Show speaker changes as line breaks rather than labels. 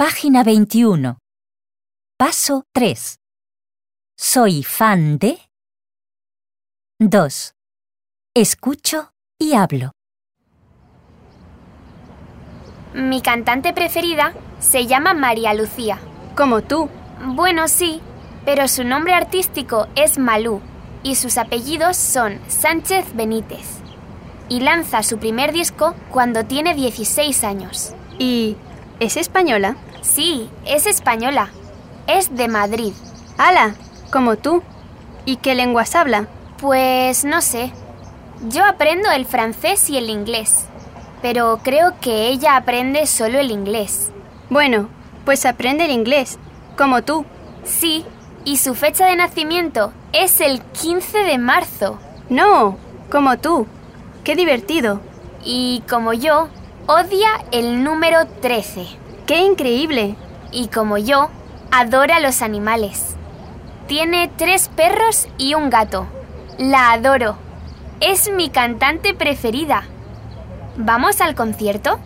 Página 21. Paso 3. Soy fan de... 2. Escucho y hablo.
Mi cantante preferida se llama María Lucía.
Como tú.
Bueno, sí, pero su nombre artístico es Malú y sus apellidos son Sánchez Benítez. Y lanza su primer disco cuando tiene 16 años.
¿Y es española?
Sí, es española. Es de Madrid.
¡Hala! Como tú. ¿Y qué lenguas habla?
Pues no sé. Yo aprendo el francés y el inglés, pero creo que ella aprende solo el inglés.
Bueno, pues aprende el inglés, como tú.
Sí, y su fecha de nacimiento es el 15 de marzo.
No, como tú. Qué divertido.
Y como yo, odia el número 13.
Qué increíble.
Y como yo, adora los animales. Tiene tres perros y un gato. La adoro. Es mi cantante preferida. ¿Vamos al concierto?